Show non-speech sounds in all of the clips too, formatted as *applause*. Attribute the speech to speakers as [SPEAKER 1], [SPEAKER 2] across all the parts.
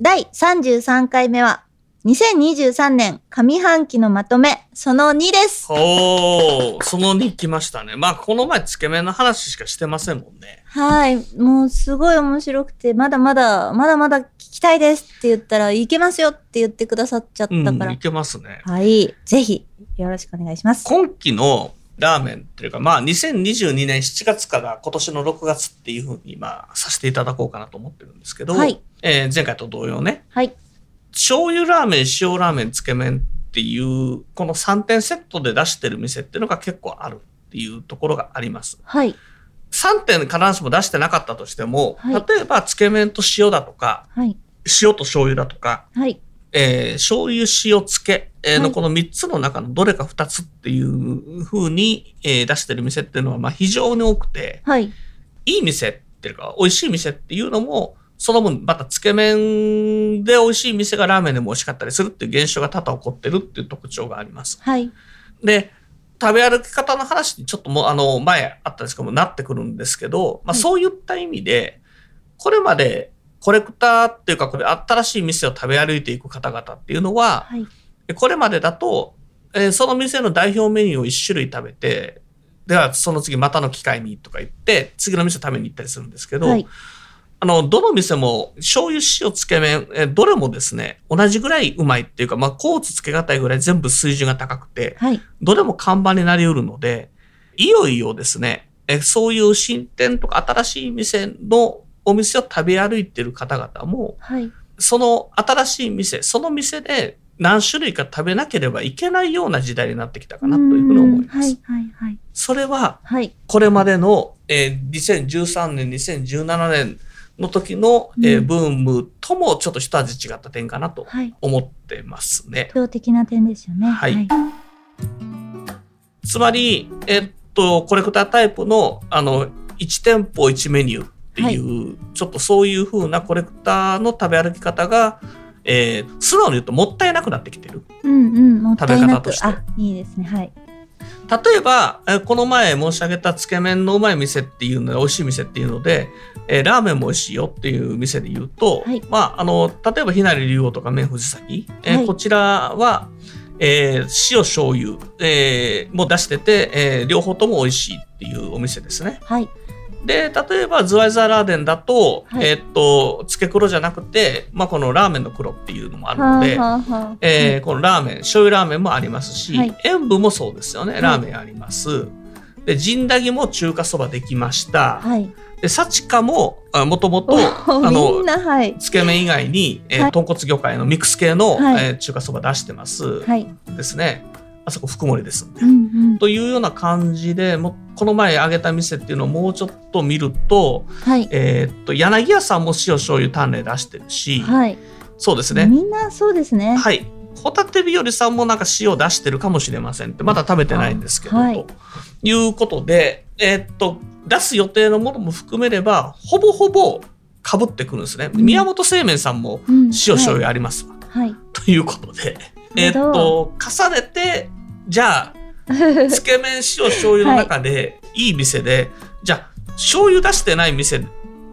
[SPEAKER 1] 第33回目は2023年上半期のまとめその2です
[SPEAKER 2] おーその2来ましたねまあこの前つけ麺の話しかしてませんもんね
[SPEAKER 1] はい。もうすごい面白くて、まだまだ、まだまだ聞きたいですって言ったら、いけますよって言ってくださっちゃっ
[SPEAKER 2] うん
[SPEAKER 1] たから。
[SPEAKER 2] いけますね
[SPEAKER 1] はい。ぜひ、よろしくお願いします。
[SPEAKER 2] 今期のラーメンっていうかまあ2022年7月から今年の6月っていうふうにまあさせていただこうかなと思ってるんですけど、
[SPEAKER 1] はい
[SPEAKER 2] えー前回と同様ね
[SPEAKER 1] はい。
[SPEAKER 2] 醤油ラーメン、塩ラーメン、つけ麺っていう、この3点セットで出してる店っていうのが結構あるっていうところがあります。
[SPEAKER 1] はい。
[SPEAKER 2] 3点必ずしも出してなかったとしても、
[SPEAKER 1] はい
[SPEAKER 2] 例えばつけ麺と塩だとか、
[SPEAKER 1] はい。
[SPEAKER 2] 塩と醤油だとか、
[SPEAKER 1] はい。
[SPEAKER 2] えー醤油、塩、つけえー
[SPEAKER 1] は
[SPEAKER 2] の
[SPEAKER 1] い
[SPEAKER 2] この3つの中のどれか2つっていう風に、えー出してる店っていうのはまあ非常に多くて、
[SPEAKER 1] はい。
[SPEAKER 2] いい店っていうか、美味しい店っていうのも、その分、また、つけ麺で美味しい店がラーメンでも美味しかったりするっていう現象が多々起こってるっていう特徴があります。
[SPEAKER 1] はい。
[SPEAKER 2] で、食べ歩き方の話にちょっともう、あの、前あったんですけども、なってくるんですけど、まあ、
[SPEAKER 1] はい
[SPEAKER 2] そういった意味で、これまでコレクターっていうか、これ新しい店を食べ歩いていく方々っていうのは、
[SPEAKER 1] はい。
[SPEAKER 2] これまでだと、えーその店の代表メニューを1種類食べて、ではその次またの機会にとか言って、次の店食べに行ったりするんですけど、
[SPEAKER 1] はい。
[SPEAKER 2] あの、どの店も醤油塩つけ麺、えーどれもですね、同じぐらいうまいっていうか、まあ、コーツつけがたいぐらい全部水準が高くて、
[SPEAKER 1] はい。
[SPEAKER 2] どれも看板になり得るので、いよいよですね、えーそういう新店とか新しい店のお店を食べ歩いてる方々も、
[SPEAKER 1] はい。
[SPEAKER 2] その新しい店、その店で何種類か食べなければいけないような時代になってきたかなというふうに思います。
[SPEAKER 1] うんはい。はい。はい。
[SPEAKER 2] それは、
[SPEAKER 1] はい。
[SPEAKER 2] これまでの、えー2013年、2017年の時の、えー
[SPEAKER 1] うん
[SPEAKER 2] ブームともちょっと一味違った点かなと
[SPEAKER 1] はい。
[SPEAKER 2] 思ってますね。
[SPEAKER 1] 強的な点ですよね。
[SPEAKER 2] はいつまり、えっと、コレクタータイプの、あの、1店舗1メニューっていう、ちょっとそういう風なコレクターの食べ歩き方が、えー素直に言うともったいなくなってきてる。
[SPEAKER 1] うんうん。もったいな
[SPEAKER 2] 食べ方
[SPEAKER 1] く
[SPEAKER 2] と。して
[SPEAKER 1] あ、いいですね。はい。
[SPEAKER 2] 例えば、えーこの前申し上げたつけ麺のうまい店っていうので、美味しい店っていうので、えーラーメンも美味しいよっていう店で言うと、
[SPEAKER 1] はい
[SPEAKER 2] まあ、あの、例えば、ひなり竜王とか麺藤崎、えー
[SPEAKER 1] はい
[SPEAKER 2] こちらは、えー塩醤油、えーも出してて、えー両方とも美味しいっていうお店ですね。
[SPEAKER 1] はい。
[SPEAKER 2] で、例えば、ズワイザーラーデンだと、
[SPEAKER 1] はい
[SPEAKER 2] えーっと、つけ黒じゃなくて、まあ、このラーメンの黒っていうのもある
[SPEAKER 1] は
[SPEAKER 2] の
[SPEAKER 1] あ
[SPEAKER 2] で、
[SPEAKER 1] はあはあ。
[SPEAKER 2] えーこのラーメン、醤油ラーメンもありますし、
[SPEAKER 1] はい
[SPEAKER 2] 塩分もそうですよね。
[SPEAKER 1] い
[SPEAKER 2] ラーメンあります。で、ジンダギも中華そばできました。
[SPEAKER 1] はい。
[SPEAKER 2] で、サチカも、あもともと、あ
[SPEAKER 1] みん
[SPEAKER 2] の、
[SPEAKER 1] な、はい。
[SPEAKER 2] つけ麺以外に、えー
[SPEAKER 1] はい
[SPEAKER 2] 豚骨魚介のミックス系の、
[SPEAKER 1] はい
[SPEAKER 2] えー中華そば出してます。
[SPEAKER 1] はい。
[SPEAKER 2] ですね。あそこ福森ですんで
[SPEAKER 1] うんうん。
[SPEAKER 2] というような感じで、もうこの前挙げた店っていうのをもうちょっと見ると、
[SPEAKER 1] はい。
[SPEAKER 2] えーっと、柳屋さんも塩醤油丹麗出してるし、
[SPEAKER 1] はい。
[SPEAKER 2] そうですね。
[SPEAKER 1] みんなそうですね。
[SPEAKER 2] はい。ホタテ日和さんもなんか塩出してるかもしれませんって、まだ食べてないんですけど、
[SPEAKER 1] はい
[SPEAKER 2] ということで、えーっと、出す予定のものも含めれば、ほぼほぼ被ってくるんですね。
[SPEAKER 1] うん
[SPEAKER 2] 宮本製麺さんも
[SPEAKER 1] うん、
[SPEAKER 2] 塩醤油ありますわ、
[SPEAKER 1] はい。
[SPEAKER 2] ということで、えーっと、重ねて、じゃあ、
[SPEAKER 1] はい。
[SPEAKER 2] *laughs* つけ麺塩醤油の中で、いい店で、じゃあ、醤油出してない店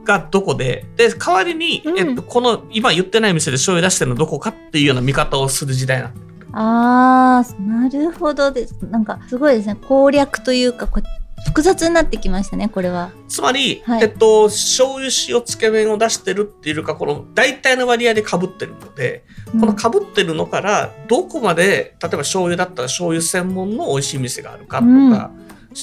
[SPEAKER 2] がどこで、で、代わりに、
[SPEAKER 1] うん
[SPEAKER 2] えっと、この、今言ってない店で醤油出してるのどこかっていうような見方をする時代なんで
[SPEAKER 1] ああ、なるほどです。なんかすごいですね。攻略というか、こう複雑になってきましたね。これは。
[SPEAKER 2] す。つまり、
[SPEAKER 1] はい
[SPEAKER 2] えっと、醤油塩つけ麺を出してるっていうよりか、この大体の割合で被ってるので、
[SPEAKER 1] うん
[SPEAKER 2] この被ってるのから、どこまで、例えば醤油だったら醤油専門の美味しい店があるかとか、
[SPEAKER 1] うん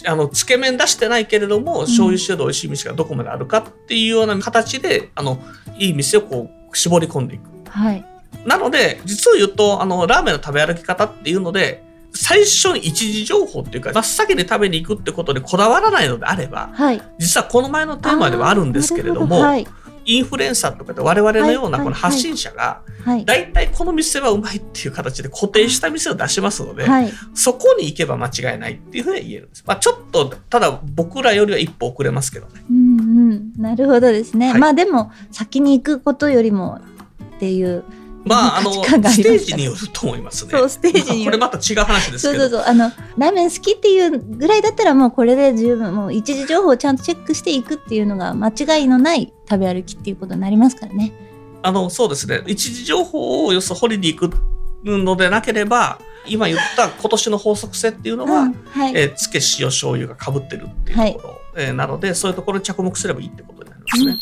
[SPEAKER 2] あの、つけ麺出してないけれども、醤油塩で美味しい店がどこまであるかっていうような形で、あの、いい店をこう、絞り込んでいく。
[SPEAKER 1] はい。
[SPEAKER 2] なので、実を言うと、あの、ラーメンの食べ歩き方っていうので、最初に一時情報っていうか、真っ先に食べに行くってことでこだわらないのであれば、
[SPEAKER 1] はい。
[SPEAKER 2] 実はこの前のテーマではあるんですけれども、
[SPEAKER 1] なるほはい。
[SPEAKER 2] インフルエンサーとかで我々のような
[SPEAKER 1] はいはい
[SPEAKER 2] この発信者が、
[SPEAKER 1] はい。
[SPEAKER 2] 大体この店はうまいっていう形で固定した店を出しますので、
[SPEAKER 1] はい。
[SPEAKER 2] そこに行けば間違いないっていうふうには言えるんです。まあ、ちょっと、ただ僕らよりは一歩遅れますけどね。
[SPEAKER 1] うんうん。なるほどですね。
[SPEAKER 2] はい
[SPEAKER 1] まあでも、先に行くことよりもっていう、
[SPEAKER 2] まあ、あの、
[SPEAKER 1] *laughs* 価値観があ
[SPEAKER 2] ス
[SPEAKER 1] りま
[SPEAKER 2] テー
[SPEAKER 1] す
[SPEAKER 2] ジ
[SPEAKER 1] から
[SPEAKER 2] によると思いますね。
[SPEAKER 1] そう、ステージに
[SPEAKER 2] まあ
[SPEAKER 1] よ
[SPEAKER 2] これ
[SPEAKER 1] る。
[SPEAKER 2] また違う話です
[SPEAKER 1] そう
[SPEAKER 2] け
[SPEAKER 1] そう
[SPEAKER 2] ど。
[SPEAKER 1] そう。あの、ラーメン好きっていうぐらいだったらもうこれで十分、もう一時情報をちゃんとチェックしていくっていうのが間違いのない食べ歩きっていうことになりますからね。
[SPEAKER 2] あの、そうですね。一時情報をよそ掘りに行くのでなければ、今言った今年の法則性っていうのは、
[SPEAKER 1] うんはい。
[SPEAKER 2] えー、つけ塩醤油がかぶってるっていうところ、えーなのでそういうところに着目すればいいってことになりますね。
[SPEAKER 1] うん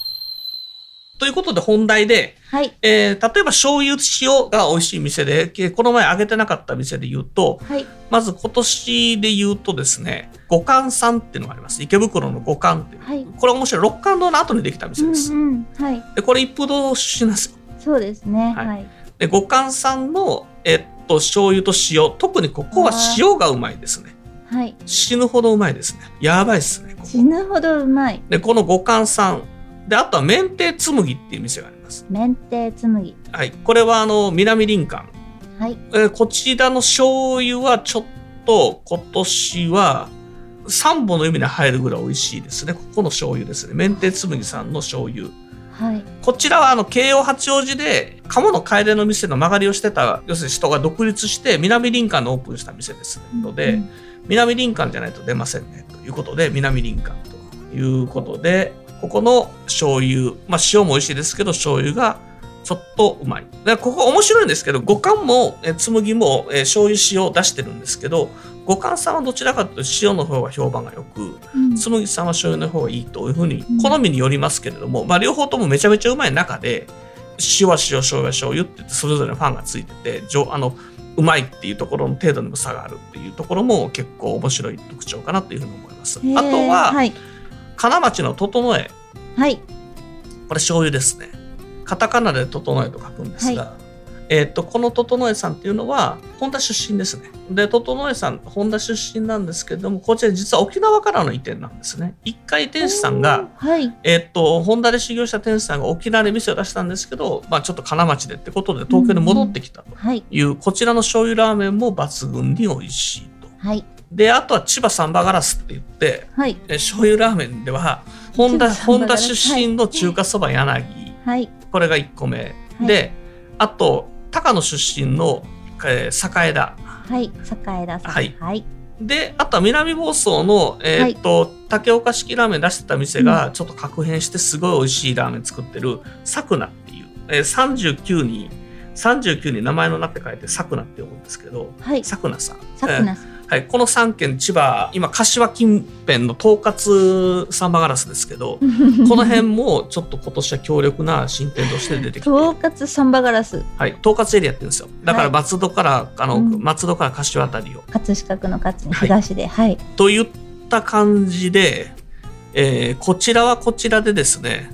[SPEAKER 2] ということで本題で、
[SPEAKER 1] はい。
[SPEAKER 2] えー例えば醤油塩が美味しい店で、えーこの前挙げてなかった店で言うと、
[SPEAKER 1] はい。
[SPEAKER 2] まず今年で言うとですね、五感さんっていうのがあります。池袋の五感っていう。
[SPEAKER 1] はい。
[SPEAKER 2] これ面白い。六感堂の後にできた
[SPEAKER 1] う
[SPEAKER 2] 店
[SPEAKER 1] ん
[SPEAKER 2] です。
[SPEAKER 1] うん。はい。
[SPEAKER 2] で、これ一風堂出身なんですよ。
[SPEAKER 1] そうですね。
[SPEAKER 2] はい
[SPEAKER 1] はい。
[SPEAKER 2] で、五感さんの、えっと、醤油と塩。特にここは塩がうまいですね。
[SPEAKER 1] はい。
[SPEAKER 2] 死ぬほどうまいですね。やばいっすね、ここ。
[SPEAKER 1] 死ぬほどうまい。
[SPEAKER 2] で、この五感さん。で、あとは免停紬っていう店があります。
[SPEAKER 1] 免停紬。
[SPEAKER 2] はい。これはあの、南林間。
[SPEAKER 1] はい。
[SPEAKER 2] えーこちらの醤油はちょっと今年は3本の指に入るぐらい美味しいですね。ここの醤油ですね。免停紬さんの醤油。
[SPEAKER 1] はい。
[SPEAKER 2] こちらはあの、京王八王子で、鴨の楓の店の曲がりをしてた、要するに人が独立して、南林間のオープンした店ですので、
[SPEAKER 1] うん
[SPEAKER 2] 南林間じゃないと出ませんねということで南林間ということでここの醤油まあ塩も美味しいですけど醤油がちょっとうまいでここ面白いんですけど五感もえ紬もえ醤油塩を出してるんですけど五感さんはどちらかというと塩の方が評判が良く
[SPEAKER 1] うん
[SPEAKER 2] 紬さんは醤油の方がいいというふうに
[SPEAKER 1] ん
[SPEAKER 2] 好みによりますけれども、まあ両方ともめちゃめちゃうまい中で塩は塩醤油は醤油って言ってそれぞれのファンがついててじょあのうまいっていうところの程度にも差があるっていうところも結構面白い特徴かなというふうに思います。あと
[SPEAKER 1] へー
[SPEAKER 2] は、
[SPEAKER 1] はい。
[SPEAKER 2] 金町の整え
[SPEAKER 1] はい。
[SPEAKER 2] これ醤油ですね。カタカナで整えと書くんですが、えーっと、この整えさんっていうのは、本田出身ですね。で、整えさん、本田出身なんですけれども、こちら実は沖縄からの移転なんですね。一回店主さんが、
[SPEAKER 1] はい。
[SPEAKER 2] えーっと、本田で修行した店主さんが沖縄で店を出したんですけど、まあちょっと金町でってことで東京に戻ってきたと
[SPEAKER 1] はい。
[SPEAKER 2] いう、こちらの醤油ラーメンも抜群に美味しいと。
[SPEAKER 1] はい。
[SPEAKER 2] で、あとは千葉サンバガラスって言って、
[SPEAKER 1] はい。
[SPEAKER 2] え醤油ラーメンでは、本田、
[SPEAKER 1] 千葉サン
[SPEAKER 2] 本
[SPEAKER 1] バ
[SPEAKER 2] 田
[SPEAKER 1] ガラス
[SPEAKER 2] 出身の中華そば柳、
[SPEAKER 1] はい。
[SPEAKER 2] これが1個目。
[SPEAKER 1] はい
[SPEAKER 2] で、あと、高野出身の、えー、栄田。
[SPEAKER 1] はい。栄田さん。
[SPEAKER 2] はい
[SPEAKER 1] はい。
[SPEAKER 2] で、あとは南房総の、えーっと、竹岡式ラーメン出してた店が、ちょっと格変してすごい美味しいラーメン作ってる、さくなっていう、えー、39に、39に名前の名って書いて、さくなって読むんですけど、
[SPEAKER 1] はい。
[SPEAKER 2] さくなさん。
[SPEAKER 1] さくなさん。
[SPEAKER 2] はい、この3県、千葉、今、柏近辺の統括サンバガラスですけど、
[SPEAKER 1] *laughs*
[SPEAKER 2] この辺もちょっと今年は強力な新店として出
[SPEAKER 1] *laughs*
[SPEAKER 2] てきて、
[SPEAKER 1] 統括サンバガラス。
[SPEAKER 2] はい、統括エリアって言うんですよ。だから
[SPEAKER 1] はい
[SPEAKER 2] 松戸から、あの、
[SPEAKER 1] うん
[SPEAKER 2] 松戸から柏あたりを。
[SPEAKER 1] 葛飾区の葛に
[SPEAKER 2] はい
[SPEAKER 1] 東で。はい。
[SPEAKER 2] といった感じで、えーこちらはこちらでですね、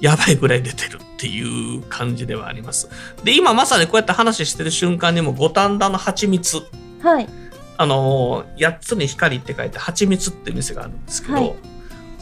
[SPEAKER 2] やばいぐらい出てるっていう感じではあります。で、今まさにこうやって話してる瞬間にも五反田の蜂蜜、
[SPEAKER 1] はい。
[SPEAKER 2] あのー、8つに光って書いて蜂蜜って店があるんですけど、
[SPEAKER 1] はい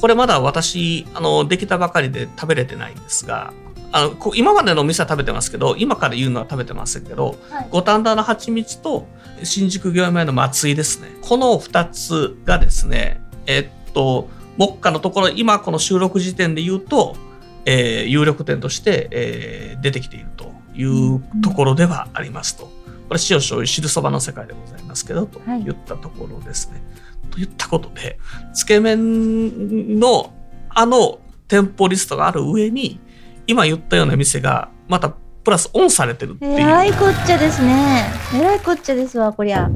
[SPEAKER 2] これまだ私、あの、できたばかりで食べれてないんですが、あの、こ今までのお店は食べてますけど、今から言うのは食べてませんけど、
[SPEAKER 1] はい。
[SPEAKER 2] 五反田の蜂蜜と新宿御苑前の松井ですね。この二つがですね、えっと、目下のところ、今この収録時点で言うと、えー有力店として、えー出てきているというところではありますと。これ、塩醤油、汁そばの世界でございますけど、と
[SPEAKER 1] はい
[SPEAKER 2] 言ったところですね。と言ったことで、つけ麺のあの店舗リストがある上に、今言ったような店が、またプラスオンされてるっていう。
[SPEAKER 1] えらいこっちゃですね。えらいこっちゃですわ、こりゃ。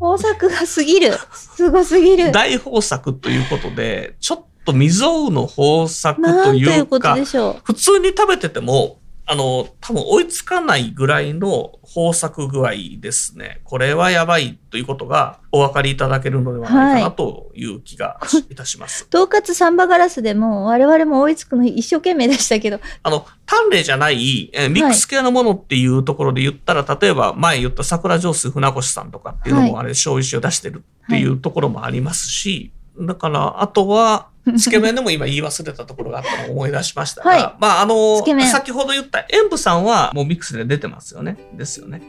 [SPEAKER 1] 豊作がすぎる。すごすぎる。
[SPEAKER 2] 大豊作ということで、ちょっと未曾有の豊作
[SPEAKER 1] な
[SPEAKER 2] と
[SPEAKER 1] んとい
[SPEAKER 2] いう
[SPEAKER 1] うこと
[SPEAKER 2] か、
[SPEAKER 1] でしょ
[SPEAKER 2] 普通に食べてても、あの、多分追いつかないぐらいの豊作具合ですね。これはやばいということがお分かりいただけるのではないかなという気がいたします
[SPEAKER 1] う。。統括サンバガラスでもう我々も追いつくの一生懸命でしたけど。
[SPEAKER 2] あの、丹麗じゃない、えーミックス系のものっていうところで言ったら、例えば前言った桜上水船越さんとかっていうの
[SPEAKER 1] は
[SPEAKER 2] もあれ、醤油酒を出してるっていうところもありますし、だから、あとは、つけ麺でも今言い忘れたところがあったのを思い出しましたが、
[SPEAKER 1] *laughs* はい
[SPEAKER 2] まああの
[SPEAKER 1] つけ麺
[SPEAKER 2] 先ほど言った塩部さんはもうミックスで出てますよねですよね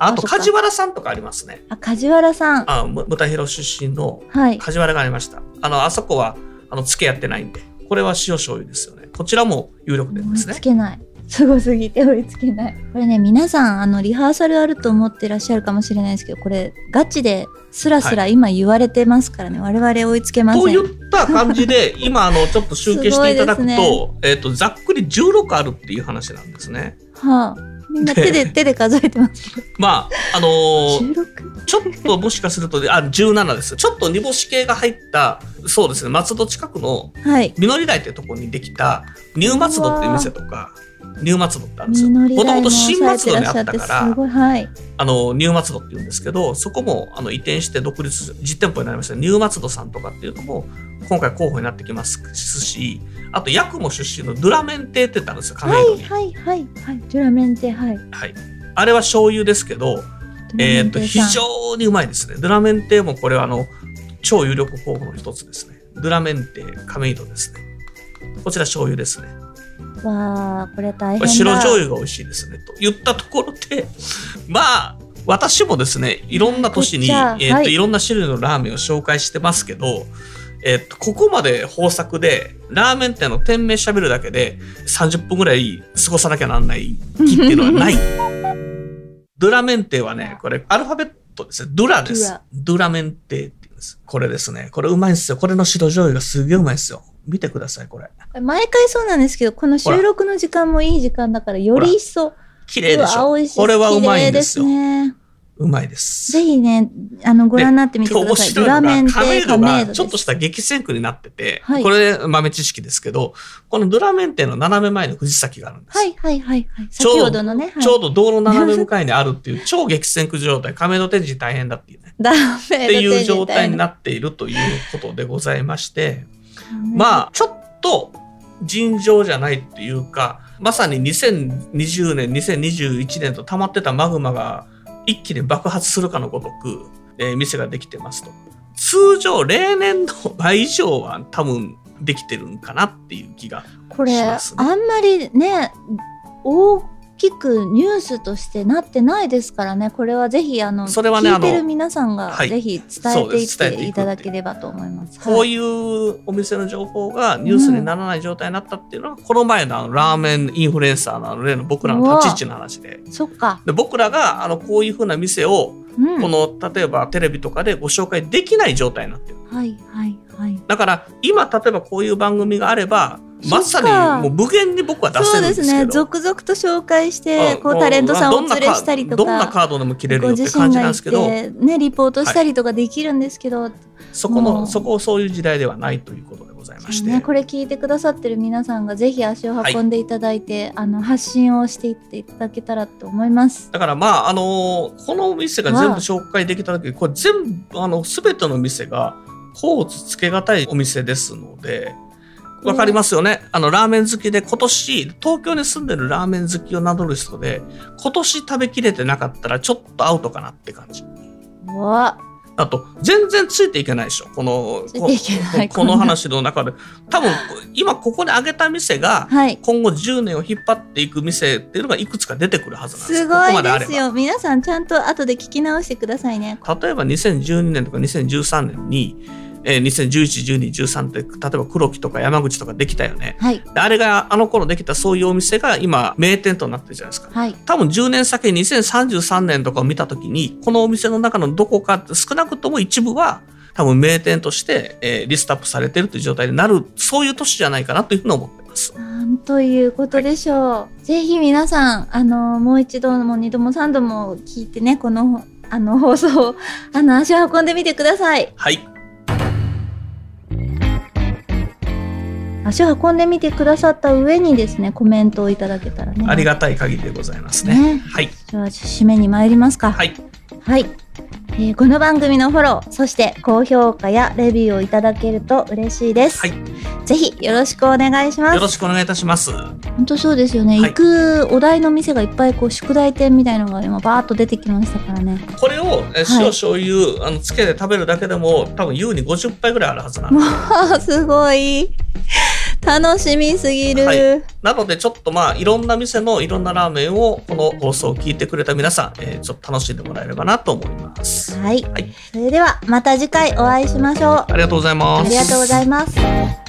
[SPEAKER 2] あと
[SPEAKER 1] あそっか
[SPEAKER 2] 梶原さんとかありますね
[SPEAKER 1] あ、梶原さん。
[SPEAKER 2] あむ豚広出身の
[SPEAKER 1] はい。
[SPEAKER 2] 梶原がありましたあのあそこはあのつけやってないんでこれは塩醤油ですよねこちらも有力点
[SPEAKER 1] 追
[SPEAKER 2] で
[SPEAKER 1] い
[SPEAKER 2] す
[SPEAKER 1] つ
[SPEAKER 2] ね
[SPEAKER 1] けない。すごすぎて追いつけない。これね、皆さん、あの、リハーサルあると思ってらっしゃるかもしれないですけど、これ、ガチで、スラスラ今言われてますからね、我々追いつけません。
[SPEAKER 2] といった感じで今あのちょっと集計していただくと,、
[SPEAKER 1] すご
[SPEAKER 2] えっとざっくり16あるっていう話なんですね
[SPEAKER 1] はあ、みんな手で、手で数えてます。
[SPEAKER 2] まああのー
[SPEAKER 1] *laughs* 16?
[SPEAKER 2] ちょっともしかするとね、あ、17です。ちょっと煮干し系が入った、そうですね、松戸近くの
[SPEAKER 1] はい。
[SPEAKER 2] 実り台ってとこにできた、ニュー松戸っていう店とか、ニュー松戸ってあるんですよ。
[SPEAKER 1] 実り
[SPEAKER 2] もと
[SPEAKER 1] 台
[SPEAKER 2] も
[SPEAKER 1] も
[SPEAKER 2] と
[SPEAKER 1] 抑
[SPEAKER 2] 新
[SPEAKER 1] え
[SPEAKER 2] 松
[SPEAKER 1] て
[SPEAKER 2] 戸
[SPEAKER 1] らっ
[SPEAKER 2] に
[SPEAKER 1] し
[SPEAKER 2] あっ
[SPEAKER 1] ゃったて、
[SPEAKER 2] か
[SPEAKER 1] す
[SPEAKER 2] ら、
[SPEAKER 1] ごい、はい。
[SPEAKER 2] あの、ニュー松戸って言うんですけど、そこもあの移転して独立、実店舗になりましたニュー松戸さんとかっていうのも、今回候補になってきますし、あと、ヤクモ出身のドゥラメン亭って言ったんですよ、亀
[SPEAKER 1] は
[SPEAKER 2] 戸
[SPEAKER 1] い、
[SPEAKER 2] に。
[SPEAKER 1] はい、はい、はい。ドゥラメンテ、はい。
[SPEAKER 2] はい。あれは醤油ですけど、
[SPEAKER 1] ドゥ
[SPEAKER 2] え
[SPEAKER 1] ラメ
[SPEAKER 2] ーっ
[SPEAKER 1] ン
[SPEAKER 2] と、
[SPEAKER 1] テ
[SPEAKER 2] 非
[SPEAKER 1] さん
[SPEAKER 2] 常にうまいですね。ドゥラメンテもこれはあの、超有力候補の一つですね。ドゥラメンテ亀戸ですね。こちら醤油ですね。
[SPEAKER 1] わあ、これ大変
[SPEAKER 2] こ
[SPEAKER 1] だ。
[SPEAKER 2] れ白醤油が美味しいですね。と言ったところで、まあ、私もですね、いろんな都市に、え
[SPEAKER 1] こっちゃ
[SPEAKER 2] ーっと、
[SPEAKER 1] はい
[SPEAKER 2] い、ろんな種類のラーメンを紹介してますけど、えーっと、ここまで豊作で、ラーメン店の店名喋るだけで30分ぐらい過ごさなきゃなんない気っていうのはない。 *laughs* ドゥラメンテはね、これアルファベットですね。ドゥラです
[SPEAKER 1] ドゥラ。
[SPEAKER 2] ドゥラメンテって言うんです。これですね。これうまいんですよ。これの白醤油がすげえうまいんですよ。見てください、これ。
[SPEAKER 1] 毎回そうなんですけど、この収録の時間もいい時間だから、より一層、
[SPEAKER 2] 綺麗でし
[SPEAKER 1] うわ
[SPEAKER 2] ょ
[SPEAKER 1] 美味しい。
[SPEAKER 2] これはうまいん
[SPEAKER 1] 綺麗
[SPEAKER 2] ですよ。
[SPEAKER 1] ね。
[SPEAKER 2] うまいです。
[SPEAKER 1] ぜひね、あの、ご覧になってみてくだ
[SPEAKER 2] 面
[SPEAKER 1] さい。
[SPEAKER 2] 白
[SPEAKER 1] ド
[SPEAKER 2] いの
[SPEAKER 1] ラ
[SPEAKER 2] が
[SPEAKER 1] メンテ
[SPEAKER 2] 亀戸
[SPEAKER 1] 亀戸
[SPEAKER 2] が
[SPEAKER 1] です
[SPEAKER 2] ちょっとした激戦区になってて、
[SPEAKER 1] はい
[SPEAKER 2] これ豆知識ですけど、このドラメン店の斜め前の藤崎があるんです。
[SPEAKER 1] はいはいはいはい。
[SPEAKER 2] ちょう
[SPEAKER 1] 先
[SPEAKER 2] ど
[SPEAKER 1] ほどのね、はい
[SPEAKER 2] ちょうど道路斜め向かいにあるっていう超激戦区状態、亀戸天神大変だっていうね。
[SPEAKER 1] ダメ
[SPEAKER 2] っていう状態になっているということでございまして、
[SPEAKER 1] あ、
[SPEAKER 2] まあ、ちょっと尋常じゃないっていうか、まさに2020年、2021年と溜まってたマグマが一気に爆発するかのごとく、えー店ができてますと。通常、例年の倍以上は多分できてるんかなっていう気が。
[SPEAKER 1] これ、
[SPEAKER 2] し
[SPEAKER 1] あ
[SPEAKER 2] ますね
[SPEAKER 1] んまりね、大きくニュースとしてなってないですからね、これはぜひ、あの、
[SPEAKER 2] それはね
[SPEAKER 1] 聞いて
[SPEAKER 2] あ
[SPEAKER 1] る
[SPEAKER 2] の
[SPEAKER 1] 皆さんが、
[SPEAKER 2] はい
[SPEAKER 1] ぜひ伝えていっ
[SPEAKER 2] そうです伝えていくって
[SPEAKER 1] て
[SPEAKER 2] いう
[SPEAKER 1] いただければと思います。
[SPEAKER 2] こう
[SPEAKER 1] う
[SPEAKER 2] いうお店の情報がニュースにならない状態になったっていうのは、この前のあのラーメンインフルエンサーのあの例の僕らの立ち位置の話で。
[SPEAKER 1] そっか。
[SPEAKER 2] で僕らがあのこういうふうな店を
[SPEAKER 1] うん。
[SPEAKER 2] この例えばテレビとかでご紹介できない状態になってる
[SPEAKER 1] はいはいはい。
[SPEAKER 2] だから今例えばこういう番組があればまさ
[SPEAKER 1] そっか
[SPEAKER 2] にもう無限に僕は出
[SPEAKER 1] そ
[SPEAKER 2] せ
[SPEAKER 1] う
[SPEAKER 2] るんで
[SPEAKER 1] で
[SPEAKER 2] す
[SPEAKER 1] す
[SPEAKER 2] け
[SPEAKER 1] ね
[SPEAKER 2] ど
[SPEAKER 1] 続々と紹介して
[SPEAKER 2] ん
[SPEAKER 1] こう
[SPEAKER 2] も
[SPEAKER 1] タレントさんをお連れ
[SPEAKER 2] どな
[SPEAKER 1] したりと
[SPEAKER 2] どんな
[SPEAKER 1] か
[SPEAKER 2] カードでも切れる
[SPEAKER 1] ご
[SPEAKER 2] よっ
[SPEAKER 1] 自
[SPEAKER 2] て感
[SPEAKER 1] 身
[SPEAKER 2] じなんで
[SPEAKER 1] がい
[SPEAKER 2] すけど
[SPEAKER 1] てねリポートしたりとかできるんですけど、
[SPEAKER 2] そこ
[SPEAKER 1] もう
[SPEAKER 2] のそこをそういう時代ではないということでございまして、
[SPEAKER 1] ね、これ聞いてくださってる皆さんがぜひ足を運んでいただいて、あの発信をしていっていただけたらと思います。
[SPEAKER 2] だからまああのーこのお店が全部紹介できただけでこれ全部あの全ての店が甲乙つけがたいお店ですのでわかりますよね、あのラーメン好きで今年東京に住んでるラーメン好きを名乗る人で今年食べきれてなかったらちょっとアウトかなって感じ
[SPEAKER 1] うわ
[SPEAKER 2] あと全然ついていけないでしょこの
[SPEAKER 1] ついていけない
[SPEAKER 2] ここの話の中で多分今ここに挙げた店が
[SPEAKER 1] はい
[SPEAKER 2] 今後10年を引っ張っていく店っていうのがいくつか出てくるはずなんです
[SPEAKER 1] す
[SPEAKER 2] こ
[SPEAKER 1] ご
[SPEAKER 2] こま
[SPEAKER 1] い
[SPEAKER 2] であ
[SPEAKER 1] で
[SPEAKER 2] れば
[SPEAKER 1] すよ皆さんちゃんと後で聞き直してくださいね。
[SPEAKER 2] 例えば2012年とか2013年に、えー2011、12、13って、例えば黒木とか山口とかできたよね。
[SPEAKER 1] はい
[SPEAKER 2] であれが、あの頃できたそういうお店が今、名店となってるじゃないですか。
[SPEAKER 1] はい
[SPEAKER 2] 多分10年先に2033年とかを見たときに、このお店の中のどこか、少なくとも一部は、多分名店として、えーリストアップされてるという状態になる、そういう年じゃないかなというふうに思ってます。
[SPEAKER 1] なんということでしょう。ぜひ皆さん、あの、もう一度も二度も三度も聞いてね、この、あの、放送を、あの、足を運んでみてください。
[SPEAKER 2] はい。
[SPEAKER 1] 足を運んでみてくださった上にですね、コメントをいただけたらね。
[SPEAKER 2] あり
[SPEAKER 1] が
[SPEAKER 2] がたい限りでございます
[SPEAKER 1] ね
[SPEAKER 2] ねはい。
[SPEAKER 1] じゃあ、締めに参りますか。
[SPEAKER 2] はい。
[SPEAKER 1] はい。えーこの番組のフォロー、そして高評価やレビューをいただけると嬉しいです。
[SPEAKER 2] はい
[SPEAKER 1] ぜひよろしくお願いします
[SPEAKER 2] よろ。しくお願いいたします。
[SPEAKER 1] 本当そうですよね、
[SPEAKER 2] はい
[SPEAKER 1] 行くお題の店がいっぱいこう宿題店みたいのが今バーッと出てきましたからね
[SPEAKER 2] これをえ
[SPEAKER 1] はい
[SPEAKER 2] 塩醤油あのつけて食べるだけでも多分優に50杯ぐらいあるはずなんで
[SPEAKER 1] もう *laughs* すごい楽しみすぎる、
[SPEAKER 2] はなのでちょっとまあいろんな店のいろんなラーメンをこの放送を聞いてくれた皆さん、えーちょっと楽しんでもらえればなと思います。
[SPEAKER 1] はい、
[SPEAKER 2] はい
[SPEAKER 1] それではまた次回お会いしましょう
[SPEAKER 2] ありがとうござい
[SPEAKER 1] あ
[SPEAKER 2] ます。
[SPEAKER 1] りがとうございます